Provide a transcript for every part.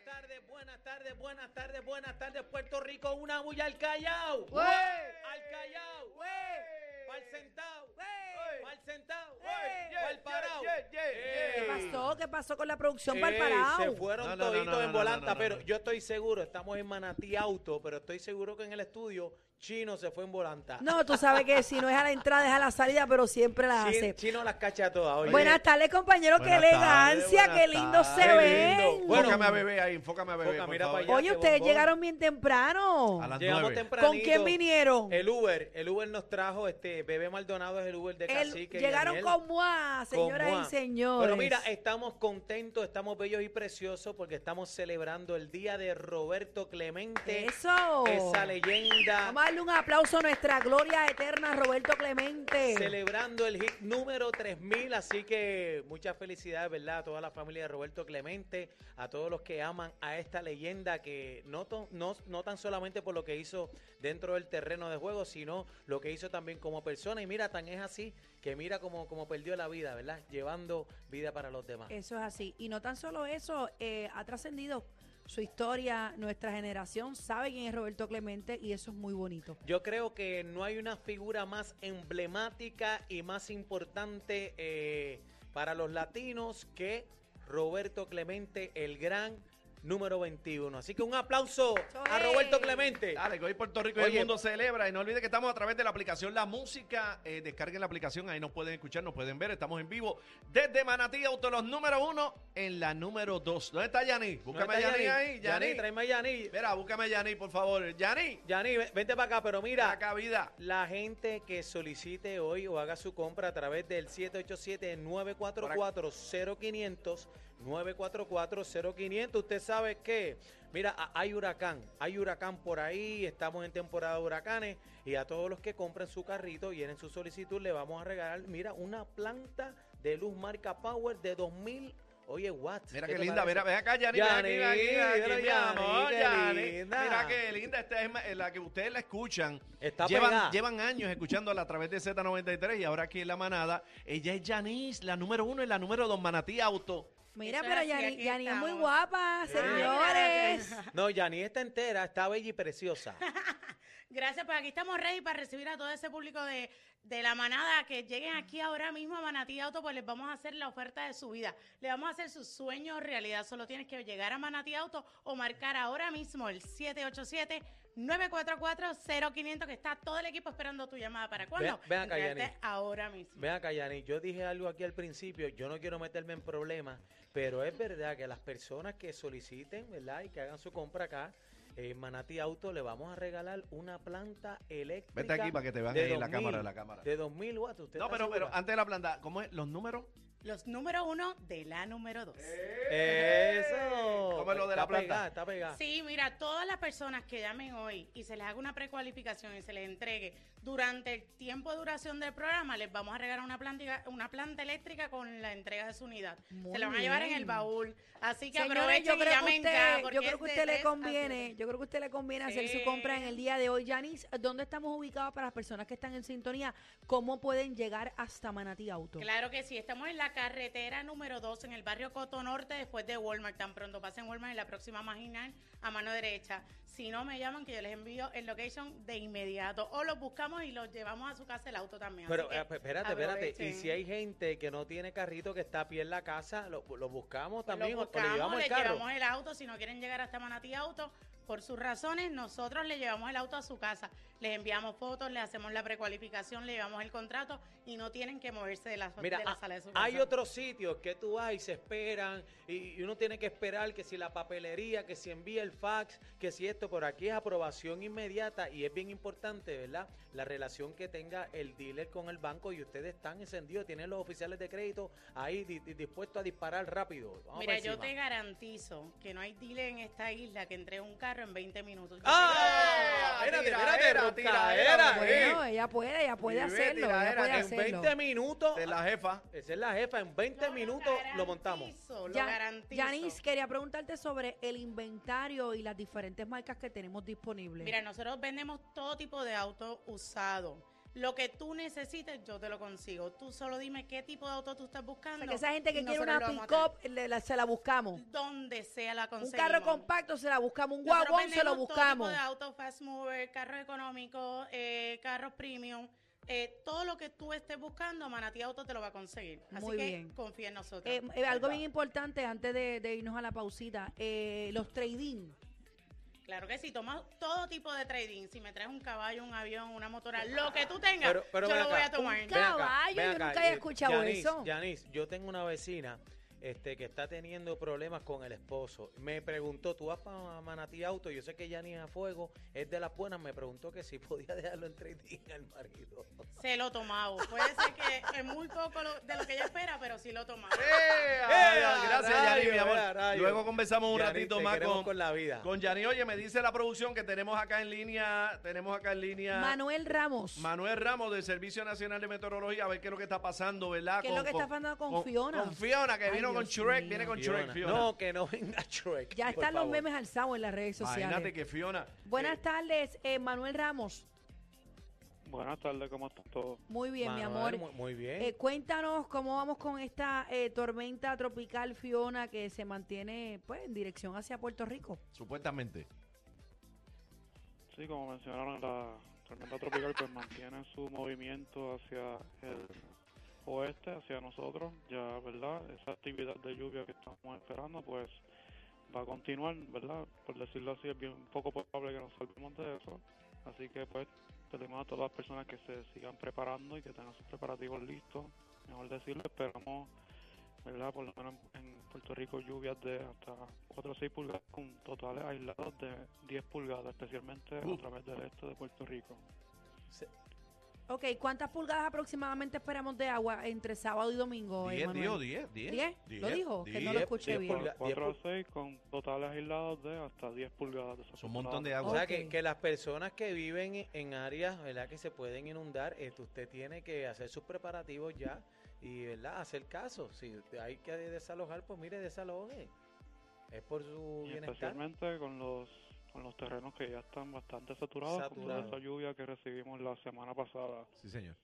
Buenas tardes, buenas tardes, buenas tardes, Puerto Rico, una bulla al Callao. ¡Wey! Al Callao. Pa'l sentado. ¡Wey! Pa'l sentado. ¡Wey! Pa'l parado. Yeah, yeah, yeah, ¡Ey! ¿Qué pasó? ¿Qué pasó con la producción Ey, para Eh, se parado? fueron No, no, no, toditos no, no, en volanta, no, no, pero no. yo estoy seguro, estamos en Manatí Auto, pero estoy seguro que en el estudio Chino se fue en volanta. No, tú sabes que si no es a la entrada, es a la salida, pero siempre la Chi- hace. Chino las cacha todas. Oye. Buenas tardes, compañero. Qué Buenas elegancia, tardes, qué buenas lindo se tardes. Qué ven. lindo. Bueno, Enfócame a bebé ahí, enfócame a bebé. Enfoca, por mira favor. para allá. Oye, que ustedes bombón. llegaron bien temprano. A las Llegamos nueve. tempranito. ¿Con quién vinieron? El Uber, el Uber nos trajo, este, Bebé Maldonado es el Uber de El- Cacique. y llegaron Aniel. con Moa, señoras Como a- y señores. Pero mira, estamos contentos, estamos bellos y preciosos porque estamos celebrando el día de Roberto Clemente. Eso. Esa leyenda. Vamos a darle un aplauso a nuestra gloria eterna, Roberto Clemente. Celebrando el hit número 3000, así que muchas felicidades, ¿verdad? A toda la familia de Roberto Clemente, a todos los que aman a esta leyenda que no, to- no, no tan solamente por lo que hizo dentro del terreno de juego, sino lo que hizo también como persona. Y mira, tan es así que mira como, como perdió la vida, ¿verdad? Llevando vida para los demás. Eso es así. Y no tan solo eso, eh, ha trascendido su historia, nuestra generación sabe quién es Roberto Clemente y eso es muy bonito. Yo creo que no hay una figura más emblemática y más importante eh, para los latinos que Roberto Clemente, el gran número 21. Así que un aplauso a ¡Soy! Roberto Clemente. Dale, que hoy Puerto Rico y Oye. el mundo celebra. Y no olviden que estamos a través de la aplicación La Música. Eh, descarguen la aplicación, ahí nos pueden escuchar, nos pueden ver. Estamos en vivo desde Manatí Auto, los número uno en la número dos. ¿Dónde está Yanni? Búscame a Yanni ahí, Yani, Yanni. tráeme a Yani. Mira, búscame a Yanni, por favor. Yanni, Yani, ve- vente para acá, pero mira. la cabida. La gente que solicite hoy o haga su compra a través del 787-944-0500, 944-0500, usted sabe que, mira, a- hay huracán, hay huracán por ahí, estamos en temporada de huracanes y a todos los que compren su carrito y en su solicitud le vamos a regalar, mira, una planta de luz marca Power de 2000, oye, watts. Mira ¿Qué qué te linda, parece? mira, ven acá, Yanni, ven aquí, ven aquí, ven aquí, Yanni, mi mira, amor, Yanni, qué Yanni. linda. Mira qué linda, esta es ma- eh, la que ustedes la escuchan. Está pegada. llevan, llevan años escuchándola a través de Z93 y ahora aquí en La Manada. Ella es Yanis, la número uno y la número dos, Manatí Auto. Mira, Eso es pero así, Yani aquí Yani es muy estamos. guapa, señores. gracias. No, Yani está entera, está bella y preciosa. Gracias, pues aquí estamos ready para recibir a todo ese público de, de la manada que lleguen aquí ahora mismo a Manatí Auto, pues les vamos a hacer la oferta de su vida. Le vamos a hacer sus sueños realidad. Solo tienes que llegar a Manatí Auto o marcar ahora mismo el 787 944-0500 que está todo el equipo esperando tu llamada. ¿Para cuándo? Ve- ven acá, Entrarte Yanni. ahora mismo. Vean acá, Yani, yo dije algo aquí al principio, yo no quiero meterme en problemas, pero es verdad que las personas que soliciten, ¿verdad? Y que hagan su compra acá, en Manatí Auto le vamos a regalar una planta eléctrica. Vete aquí para que te vean de ahí la 2000, cámara, la cámara. De 2000 watts, usted No, está pero, pero segura? antes de la planta, ¿cómo es? ¿Los números? Los número uno de la número dos. Eso. ¿Cómo es lo de Está la planta? pegada, está pegada. Sí, mira, todas las personas que llamen hoy y se les haga una precualificación y se les entregue durante el tiempo de duración del programa, les vamos a regalar una planta, una planta eléctrica con la entrega de su unidad. Muy se la van a llevar en bien. el baúl. Así que Señores, aprovechen yo y creo que llamen ya, usted, porque este yo creo es que de usted le tres a conviene, siete. yo creo que usted le conviene hacer su Sí. compra en el día de hoy. Yanis, ¿dónde estamos ubicados para las personas que están en sintonía? ¿Cómo pueden llegar hasta Manatí Auto? Claro que sí, estamos en la carretera número 2 en el barrio Coto Norte después de Walmart. Tan pronto pasen Walmart en la próxima marginal a mano derecha. Si no me llaman, que yo les envío el location de inmediato. O los buscamos y los llevamos a su casa el auto también. Pero Así que eh, espérate, espérate. Y aprovechen. si hay gente que no tiene carrito que está a pie en la casa, lo, lo buscamos también Pues lo o le llevamos el le carro. llevamos el auto. Si no quieren llegar hasta Manatí Auto, por sus razones, nosotros le llevamos el auto a su casa. Les enviamos fotos, le hacemos la precualificación, le llevamos el contrato y no tienen que moverse de la, Mira, de la ah, sala de su casa. hay otros sitios que tú vas y se esperan y, y uno tiene que esperar que si la papelería, que si envía el fax, que si esto, por aquí es aprobación inmediata y es bien importante, ¿verdad? La relación que tenga el dealer con el banco y ustedes están encendidos, tienen los oficiales de crédito ahí di- di- dispuestos a disparar rápido. Vamos Mira, pa' yo encima. te garantizo que no hay dealer en esta isla que entre un carro en 20 minutos. Yo ¡Ah! Tira, Espérate, ¡Eh! tira, espérate, era, roncaera, tira, eh. Bueno, ella puede, ella puede Vive, hacerlo, ella tiradera, puede que en En hacerlo. 20 minutos, De la jefa. esa es la jefa, en 20 te- minutos lo montamos. garantizo, Lo Ya- garantizo. Yanis, quería preguntarte sobre el inventario y las diferentes marcas que tenemos disponibles. Mira, nosotros vendemos todo tipo de auto usado. Lo que tú necesites, yo te lo consigo. Tú solo dime qué tipo de auto tú estás buscando. que esa gente y que quiere nosotros una lo vamos a pick-up, le- la- se la buscamos. traer. Donde sea la Un conseguimos. carro compacto se la buscamos. Un Nosotros guaguón se lo vendemos todo tipo buscamos. de autos fast mover, carros económicos, eh, carros premium. eh, todo lo que tú estés buscando, Manatí Auto te lo va a conseguir. Así Muy que bien. confía en nosotros. Eh, eh, algo bien importante antes de, de irnos a la pausita. eh, los trading. Claro que sí, toma todo tipo de trading. Si me traes un caballo, un avión, una motora, lo que tú tengas, Pero- pero yo ven lo voy acá, eh, a tomar. un ca- Caballo, yo nunca había escuchado Yanis, eso. Yanis, yo tengo una vecina este, que está teniendo problemas con el esposo. Me preguntó, ¿tú vas para Manatí Auto? Yo sé que Yanis a fuego es de las buenas. Me preguntó que si podía dejarlo en trading al marido. Se lo tomado. Puede ser que es muy poco lo- de lo que ella espera, pero sí lo tomado. ¡Eh! ¡Ea, Gracias, rayo, Yanni, mi amor. ea, rayo! Luego conversamos un Yanis, ratito te más queremos con, con la vida. con Yanni. Oye, me dice la producción que tenemos acá en línea, tenemos acá en línea Manuel Ramos. Manuel Ramos del Servicio Nacional de Meteorología, a ver qué es lo que está pasando, ¿verdad? ¿Qué es lo que está pasando con Fiona? Con Fiona, que Ay, vino con Dios Shrek, mío. viene con Fiona. Shrek, Fiona. No, que no venga Shrek. ya por están los favor. memes alzados en las redes Imagínate sociales. que Fiona. Buenas eh, tardes, eh, Manuel Ramos. Buenas tardes, ¿cómo están todos? Muy bien, mi Manuel, amor. Muy, muy bien. Eh, cuéntanos cómo vamos con esta eh, tormenta tropical Fiona que se mantiene pues en dirección hacia Puerto Rico. Supuestamente. Sí, como mencionaron, la tormenta tropical pues mantiene su movimiento hacia el oeste, hacia nosotros, ya, ¿verdad? Esa actividad de lluvia que estamos esperando pues va a continuar, ¿verdad? Por decirlo así, es bien poco probable que nos salvemos de eso. Así que pues tenemos a todas las personas que se sigan preparando y que tengan sus preparativos listos. Mejor decirlo, esperamos, ¿verdad? Por lo menos en Puerto Rico lluvias de hasta 4 o 6 pulgadas con totales aislados de 10 pulgadas, especialmente Uh. a través del este de Puerto Rico. Ok, ¿cuántas pulgadas aproximadamente esperamos de agua entre sábado y domingo? eh, 10, Manuel? 10, 10, 10. ¿Diez? ¿Lo dijo? Que no lo diez. escuché diez bien. pulga- diez 4 a pul- 6 con totales aislados de hasta 10 pulgadas. Es un montón de desafortunadamente. agua. O sea, Ok. que, que las personas que viven en- en áreas ¿verdad? que se pueden inundar, este, usted tiene que hacer sus preparativos ya y ¿verdad? hacer caso. Si usted hay que desalojar, pues mire, desaloje. Es por su Y pues bienestar. especialmente con los con los terrenos que ya están bastante saturados con Saturados. toda esa lluvia que recibimos la semana pasada. Sí, señor.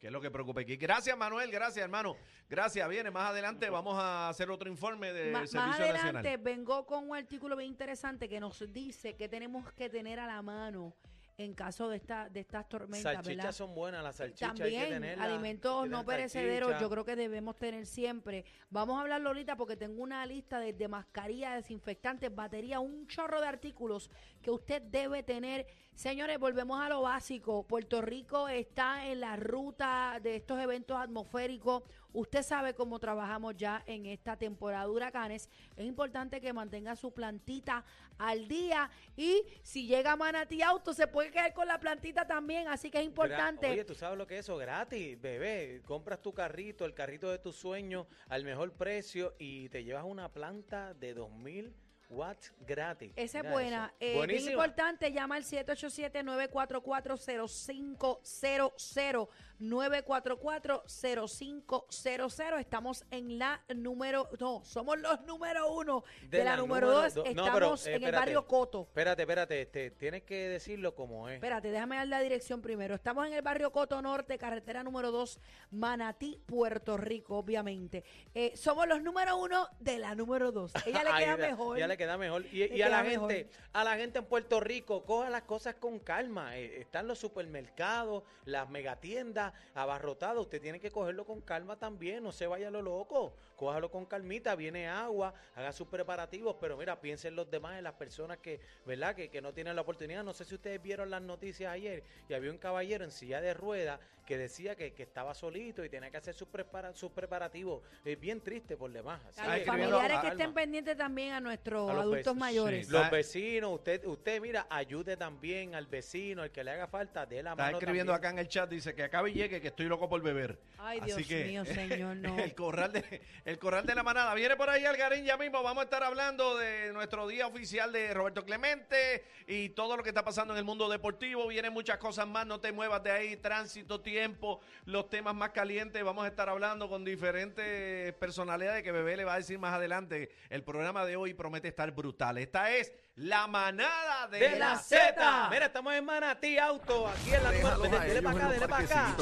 ¿Qué es lo que preocupa aquí? Gracias, Manuel. Gracias, hermano. Gracias. Viene más adelante. Vamos a hacer otro informe del Ma- Servicio más adelante Nacional. vengo con un artículo bien interesante que nos dice que tenemos que tener a la mano en caso de esta de estas tormentas, Salchichas ¿verdad? son buenas, las salchichas hay que También tenerlas. hay alimentos que no tener perecederos, salchicha. yo creo que debemos tener siempre. Vamos a hablarlo ahorita porque tengo una lista de, de mascarillas, desinfectantes, batería, un chorro de artículos que usted debe tener. Señores, volvemos a lo básico. Puerto Rico está en la ruta de estos eventos atmosféricos. Usted sabe cómo trabajamos ya en esta temporada de huracanes. Es importante que mantenga su plantita al día y si llega Manatí Auto se puede quedar con la plantita también. Así que es Gra- importante. Oye, tú sabes lo que es eso, gratis, bebé. Compras tu carrito, el carrito de tus sueños, al mejor precio y te llevas una planta de 2000 watts gratis. Esa es Mira buena. eso. Eh, bien Buenísima. importante, llama al 787-944-0500. 944-0500. Estamos en la número. No, somos los número uno de, la, número, dos. do- no, Estamos pero, eh, en el espérate. barrio Coto. Espérate, espérate, este, tienes que decirlo como es. Espérate, déjame dar la dirección primero. Estamos en el barrio Coto Norte, carretera número 2, Manatí, Puerto Rico, obviamente. Eh, somos los número uno de la número 2. Ella le Ahí queda está, mejor. Ya le queda mejor. Y, Le y a la queda mejor. gente, a la gente en Puerto Rico, coja las cosas con calma. Eh, están los supermercados, las megatiendas, abarrotadas. Usted tiene que cogerlo con calma también. No se vaya a lo loco. Cójalo con calmita. Viene agua, haga sus preparativos. Pero mira, piensen los demás, en las personas que, ¿verdad? Que, que no tienen la oportunidad. No sé si ustedes vieron las noticias ayer y había un caballero en silla de ruedas que decía que, que estaba solito y tenía que hacer sus, prepara- sus preparativos. Es bien triste por demás. Así A Ah, los que- escribiendo familiares que Calma. estén pendientes también a nuestros A los adultos besos, mayores. Ah. sí. Los Está- vecinos, usted, usted mira, ayude también al vecino, al que le haga falta, de la Está mano. escribiendo también. acá en el chat, dice que acá llegue, que estoy loco por beber. Ay, Así Dios que, mío, señor, no. El corral, de, el corral de la manada. Viene por ahí Algarín ya mismo. Vamos a estar hablando de nuestro día oficial de Roberto Clemente y todo lo que está pasando en el mundo deportivo. Vienen muchas cosas más. No te muevas de ahí. Tránsito, tiempo, los temas más calientes. Vamos a estar hablando con diferentes personalidades que Bebé le va a decir más adelante. El programa de hoy promete estar brutal. Esta es la manada de, De la la Z. Z. Mira, estamos en Manatí Auto, aquí en la número. Déjalos a Dele para ellos en acá, los dele para acá.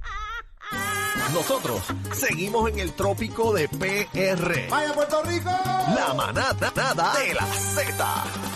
parquecitos. Nosotros seguimos en el trópico de PR. ¡Vaya Puerto Rico! La manada nada de la Z.